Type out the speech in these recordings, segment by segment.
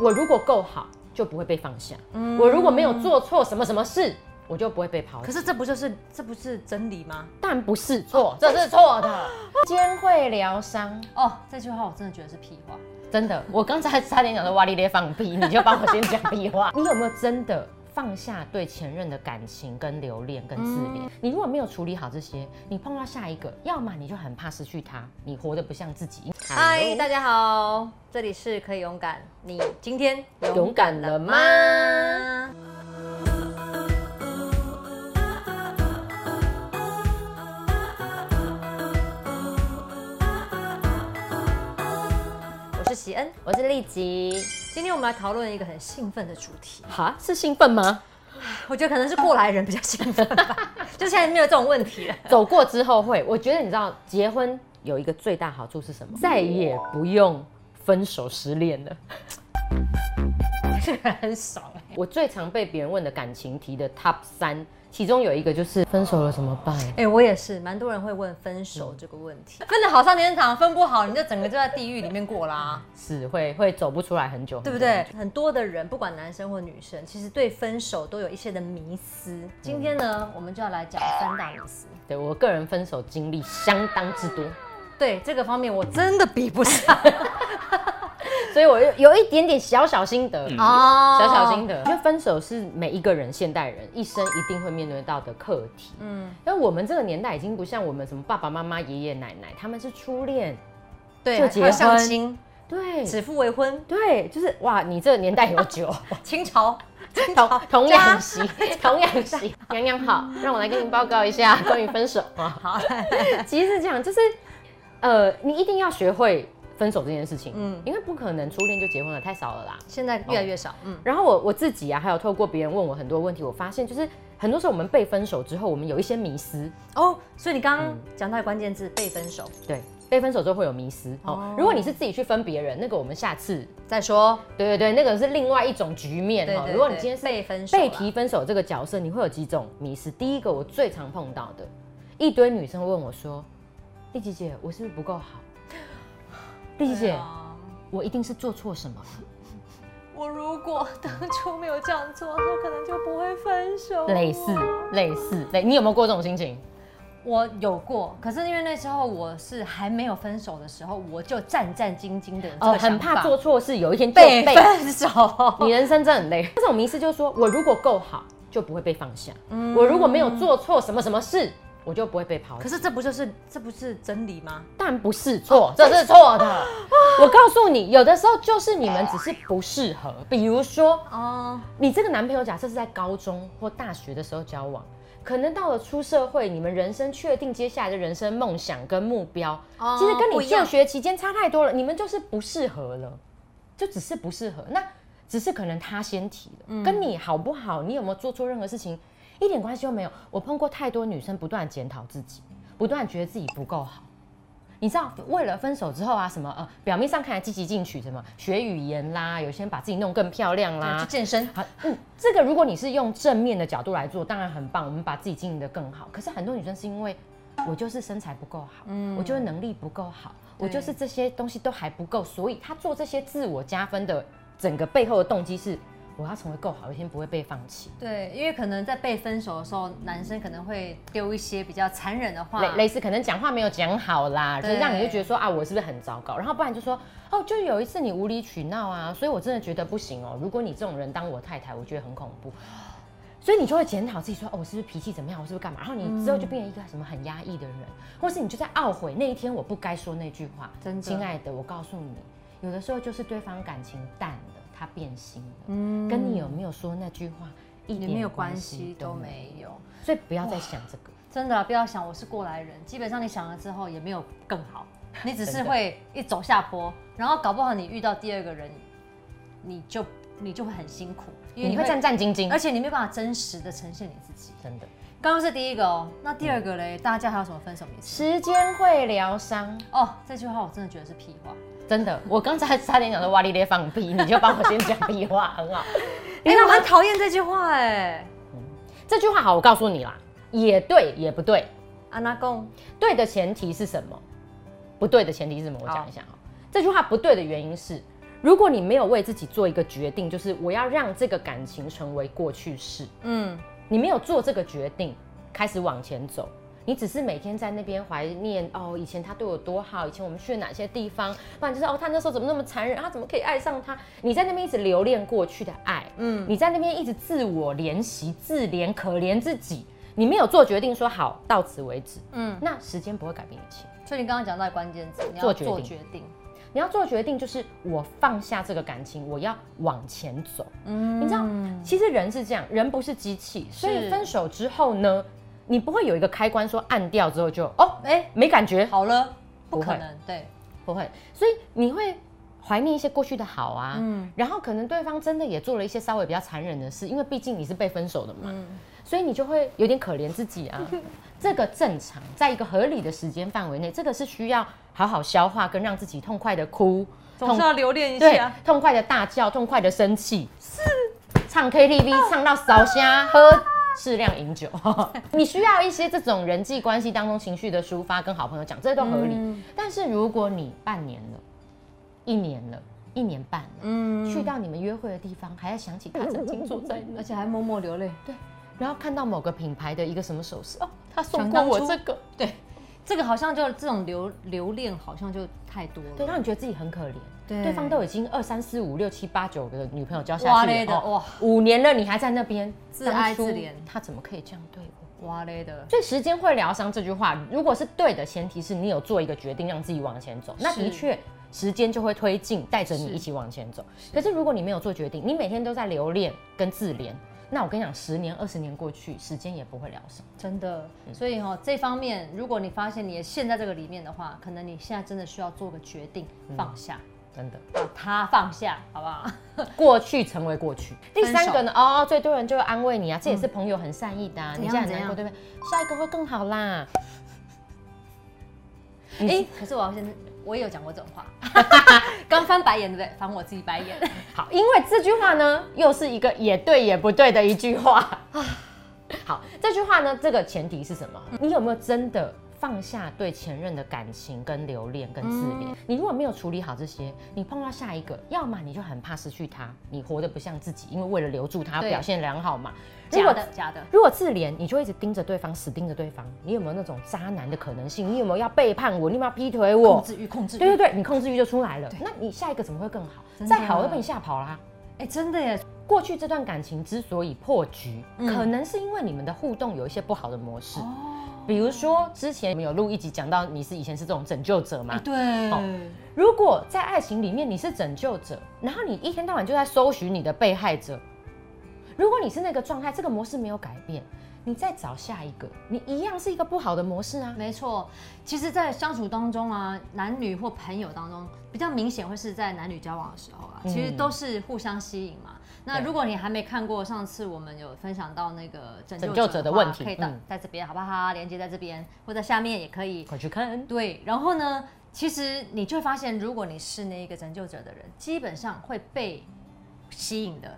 我如果够好，就不会被放下；嗯我如果没有做错什么什么事，我就不会被抛可弃。是这不就是这不是真理吗？但不是错，这是错 的。兼会疗伤，哦，这句话我真的觉得是屁话。真的，我刚才差点讲说哇哩咧放屁，你就帮我先讲屁话。 你有没有真的放下对前任的感情、跟留恋、跟自恋？你如果没有处理好这些，你碰到下一个，要么你就很怕失去他，你活得不像自己。嗨， Hello 大家好，这里是可以勇敢，你今天勇敢了吗？吗？我是喜恩，我是丽吉。今天我们来讨论一个很兴奋的主题，哈，是兴奋吗？我觉得可能是过来人比较兴奋吧， 就现在没有这种问题了。 走过之后会，我觉得你知道，结婚有一个最大好处是什么？再也不用分手失恋了。很爽哎、我最常被别人问的感情题的 Top 三，其中有一个就是分手了怎么办？哎、我也是，蛮多人会问分嗯手这个问题，分的好上天堂，分不好你就整个就在地狱里面过啦，是会会走不出来很久，对不对？？很多的人，不管男生或女生，其实对分手都有一些的迷思。今天呢，嗯我们就要来讲三大迷思。对我个人分手经历相当之多，对这个方面，我真的比不上所以我有有一点点小小心得。哦嗯小小心得，我觉得分手是每一个人现代人一生一定会面对到的课题。嗯，因为我们这个年代已经不像我们什么爸爸妈妈、爷爷奶奶，他们是初恋，对，就结还有婚相嗯亲，对指腹为婚，对，就是哇，你这个年代有 酒，清朝，清童朝童家养媳， 童养媳，娘娘好，让我来跟您报告一下关于分手啊。 好，其实是这样，就是呃，你一定要学会分手这件事情，嗯嗯，因为不可能初恋就结婚了，太少了啦。现在越来越哦少，嗯，然后我我自己啊，还有透过别人问我很多问题，我发现就是很多时候我们被分手之后，我们有一些迷失，哦，所以你嗯刚刚讲到的关键字被分手，对，被分手之后会有迷失哦哦。如果你是自己去分别人，那个我们下次，再说，对对对，那个是另外一种局面对哦。对如果你对今天是被分手啦被提分手这个角色，你会有几种迷失？第一个我最常碰到的，一堆女生会问我说：“丽姐姐，我是不是不够好？ 丽姐对姐，啊我一定是做错什么了。我如果当初没有这样做，他可能就不会分手。类似，类似，类，你有没哦有过这种心情？我有过，可是因为那时候我是还没有分手的时候，我就战战兢兢的，哦，很怕做错事，有一天就被被。分手。 你人生真的很累。这种迷失就是说我如果够好，就不会被放下；我如果没有做错什么什么事，我就不会被抛弃可。是这不就是这不是真理吗？但不是错，这是哦错的。 我告诉你，有的时候就是你们只是不适合。比如说，哦，你这个男朋友假设是在高中或大学的时候交往，可能到了出社会，你们人生确定接下来的人生梦想跟目标，哦其实跟不你一样就学期间差太多了，你们就是不适合了，就只是不适合。那只是可能他先提了，嗯跟你好不好，你有没有做错任何事情，一点关系都没有。我碰过太多女生不断检讨自己，不断觉得自己不够好。你知道，为了分手之后啊，什么呃，表面上看来积极进取，什么学语言啦，有些人把自己弄更漂亮啦，去健身。好，嗯，这个如果你是用正面的角度来做，当然很棒，我们把自己经营得更好。可是很多女生是因为我就是身材不够好，嗯我就是能力不够好，我对就是这些东西都还不够，所以她做这些自我加分的整个背后的动机是我要成为够好，有一天不会被放弃。对，因为可能在被分手的时候，男生可能会丢一些比较残忍的话，类类似可能讲话没有讲好啦，就对是让你就觉得说啊，我是不是很糟糕？然后不然就说哦，就有一次你无理取闹啊，所以我真的觉得不行哦。如果你这种人当我太太，我觉得很恐怖。所以你就会检讨自己说，哦，我是不是脾气怎么样？我是不是干嘛？然后你之后就变成一个什么很压抑的人，或是你就在懊悔那一天我不该说那句话。嗯真的亲爱的，我告诉你，有的时候就是对方感情淡了，他变心了，嗯跟你有没有说那句话一也没有点关关系系都都没没有。有。所以不要再想这个。真的啦啊不要想我是过来人，基本上你想了之后也没有更好，你只是会一走下坡，然后搞不好你遇到第二个人，你就你就会很辛苦，因为你你会会战战兢兢，而且你没办法真实的呈现你自己。真的。刚刚是第一个哦，那第二个嘞，大家还有什么分手迷思？时间会疗伤，哦，这句话我真的觉得是屁话。真的。我刚才差点讲说哇哩咧放屁，你就帮我先讲屁话，很好。哎、我很讨厌这句话哎。 这句话好，我告诉你啦，也对也不对。安娜贡，对的前提是什么？不对的前提是什么？我讲一下啊。这句话不对的原因是，如果你没有为自己做一个决定，就是我要让这个感情成为过去式，嗯，你没有做这个决定，开始往前走，你只是每天在那边怀念哦，以前他对我多好，以前我们去哪些地方，不然就是哦，他那时候怎么那么残忍，他怎么可以爱上他？你在那边一直留恋过去的爱，嗯，你在那边一直自我怜惜、自怜、可怜自己，你没有做决定说好到此为止，嗯嗯，那时间不会改变一切。所以你刚刚讲到的关键字，你要做决做定决定，你要做决定，就是我放下这个感情，我要往前走。嗯，你知道，其实人是这样，人不是机器，所以是分手之后呢，你不会有一个开关说按掉之后就哦哎、没感觉，好了，不不会可能，对，不会，所以你会怀念一些过去的好啊，嗯然后可能对方真的也做了一些稍微比较残忍的事，因为毕竟你是被分手的嘛，嗯所以你就会有点可怜自己啊。 这个正常，在一个合理的时间范围内，这个是需要好好消化跟让自己痛快的哭，总痛是要留恋一对下，，痛快的大叫，痛快的生气，是哦唱 KTV 唱到烧瞎，喝适量饮酒。 你需要一些这种人际关系当中情绪的抒发，跟好朋友讲，这都合理。嗯但是如果你半年了，一年了，一年半了，嗯，去到你们约会的地方，还要想起他曾经坐在那 而，且还默默流泪，然后看到某个品牌的一个什么首饰，哦，他送想过当我初这个，对，这个好像就这种留留恋好像就太多了，对，让你觉得自己很可怜。对对方都已经二三四五六七八九个女朋友交哇下去嘞了，的哦哇五年了，你还在那边自哀自当初怜他怎么可以这样对我？哇嘞的，所以时间会疗伤这句话，如果是对的前提是你有做一个决定，让自己往前走，那是的确时间就会推进，带着你是一起往前走。可是如果你没有做决定，你每天都在留恋跟自怜，那我跟你讲，十年二十年过去，时间也不会疗伤。真的，所以哈、这方面，如果你发现你也陷在这个里面的话，可能你现在真的需要做个决定，嗯放下，真的，把它放下，好不好？过去成为过去。第分手三个呢，哦，最多人就会安慰你啊，这也是朋友很善意的、啊，嗯怎你现样在很难过，对不对？下一个会更好啦。嗯哎、可是我要先，我也有讲过这种话， 刚翻白眼对不对？翻我自己白眼，好，因为这句话呢，又是一个也对也不对的一句话。 好，这句话呢，这个前提是什么？你有没有真的放下对前任的感情、跟留恋、跟自怜？嗯你如果没有处理好这些，你碰到下一个，要么你就很怕失去他，你活得不像自己，因为为了留住他对表现良好嘛。如假果的假的，如果自怜，你就一直盯着对方，死盯着对方。你有没有那种渣男的可能性？你有没有要背叛我？你有没有要劈腿我？控制欲控制欲，对对对，你控制欲就出来了。那你下一个怎么会更好？真的再好我就被你吓跑啦、哎、真的耶，过去这段感情之所以破局，嗯可能是因为你们的互动有一些不好的模式，哦，比如说之前我们有录一集讲到你是以前是这种拯救者嘛，哎对，哦如果在爱情里面你是拯救者，然后你一天到晚就在搜寻你的被害者，如果你是那个状态，这个模式没有改变，你再找下一个，你一样是一个不好的模式啊。没错，其实，在相处当中啊，男女或朋友当中，比较明显会是在男女交往的时候啊，嗯其实都是互相吸引嘛。那对如果你还没看过，上次我们有分享到那个拯拯救救者者的话问题可以在嗯在这边好不好？连接在这边，或者下面也可以。快去看，对，然后呢，其实你就会发现，如果你是那一个拯救者的人，基本上会被吸引的，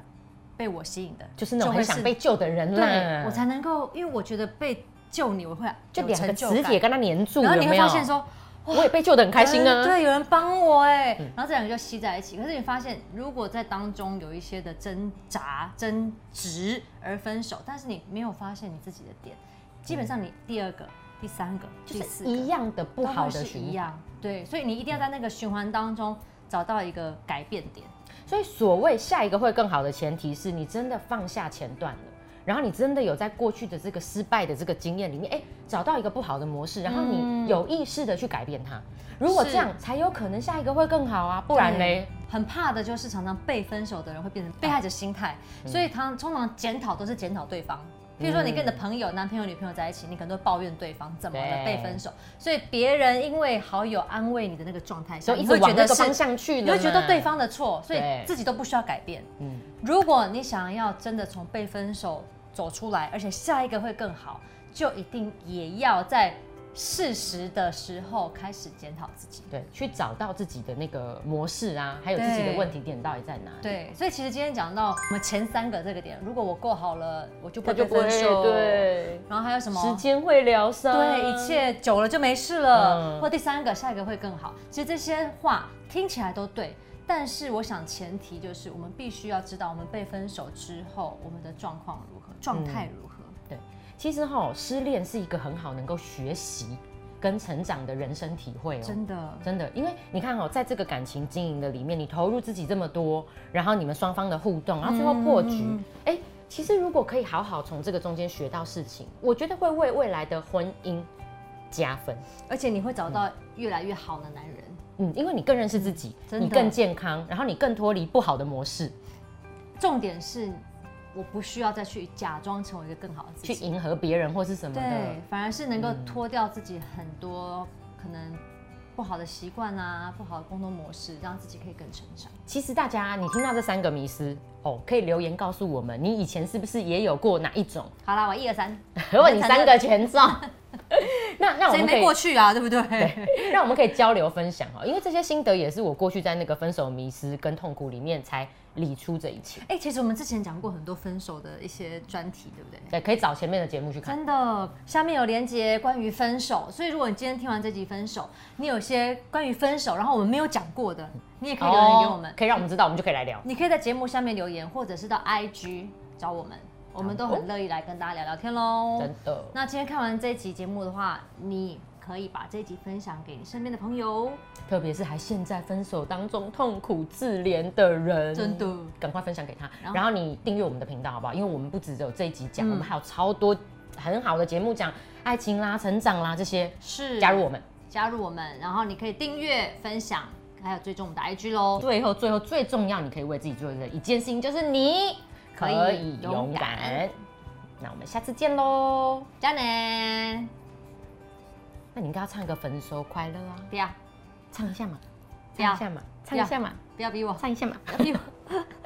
被我吸引的，就是那种会很是想被救的人对啦。我才能够，因为我觉得被救你，我会就有两个成就磁感铁跟他粘住，然后你有没会有发现说，呃我也被救的很开心啊。嗯对，有人帮我哎、然后这两个就吸在一起。可是你发现，如果在当中有一些的挣扎、争执而分手，但是你没有发现你自己的点，基本上你第二个、第三个、就第是四个一样的不好都的会是循一环。样，对，所以你一定要在那个循环当中找到一个改变点。所以所谓下一个会更好的前提是你真的放下前段了。然后你真的有在过去的这个失败的这个经验里面，哎，找到一个不好的模式，然后嗯你有意识的去改变它。如果这样，才有可能下一个会更好啊，不然嘞对，很怕的就是常常被分手的人会变成被害者心态，嗯所以常通常检讨都是检讨对方。比如说，你跟你的朋友、男朋友、女朋友在一起，你可能都抱怨对方怎么对了被分手，所以别人因为好友安慰你的那个状态所下，以一你直会觉往那得个方是，向去你呢，会觉得对，方的错，所以对自己都不需要改变。嗯，如果你想要真的从被分手走出来，而且下一个会更好，就一定也要在适时的时候开始检讨自己。对，去找到自己的那个模式啊，还有自己的对问题点到底在哪里。对，所以其实今天讲到我们前三个这个点，如果我过好了，我就他不会就被不会分手。，对，然后还有什时么？间会疗伤，对，一切久了就没事了。嗯或第三个，下一个会更好。其实这些话听起来都对，但是我想前提就是我们必须要知道我们被分手之后我们的状况如何，嗯状态如何。对，其实哈、失恋是一个很好能够学习跟成长的人生体会哦。真的，真的，因为你看哦，在这个感情经营的里面，你投入自己这么多，然后你们双方的互动，然后最后破局嗯，哎、其实如果可以好好从这个中间学到事情，我觉得会为未来的婚姻加分。而且你会找到越来越好的男人。嗯，因为你更认识自己，嗯真的你更健康，然后你更脱离不好的模式，重点是，我不需要再去假装成为一个更好的自去己，迎合别人或是什么的嗯对。，反而是能够脱掉自己很多可能不好的习惯啊、不好的工作模式，让自己可以更成长。其实大家，你听到这三个迷思哦，可以留言告诉我们，你以前是不是也有过哪一种？好啦，我一二三，如果你三个全 中，那那我谁们可没以 过去啊？对不对？让我们可以交流分享哈，因为这些心得也是我过去在那个分手迷失跟痛苦里面才理出这一切。 哎、其实我们之前讲过很多分手的一些专题，对不对？对，可以找前面的节目去看。真的，下面有连接关于分手，所以如果你今天听完这集分手，你有些关于分手，然后我们没有讲过的，你也可以留言给我们。哦可以让我们知道，我们就可以来聊。你可以在节目下面留言，或者是到 IG 找我们，我们都很乐意来跟大家聊聊天喽。真的，那今天看完这一集节目的话，你可以把这一集分享给你身边的朋友，特别是还陷在分手当中痛苦自怜的人，真的赶快分享给他。然后然后你订阅我们的频道好不好？因为我们不只有这一集讲，嗯我们还有超多很好的节目讲爱情啦、成长啦这些。是加入我们。加入我们，然后你可以订阅、分享，还有追踪我们的 IG 喽。最后，最后最重要，你可以为自己做的一件事情就是你可可以以勇勇敢敢。那我们下次见喽。加呢？那你应该要唱一个《分手快乐》啊，不要，唱一下嘛，不要唱一下嘛，唱一下嘛，不要逼我，唱一下嘛。不要逼我。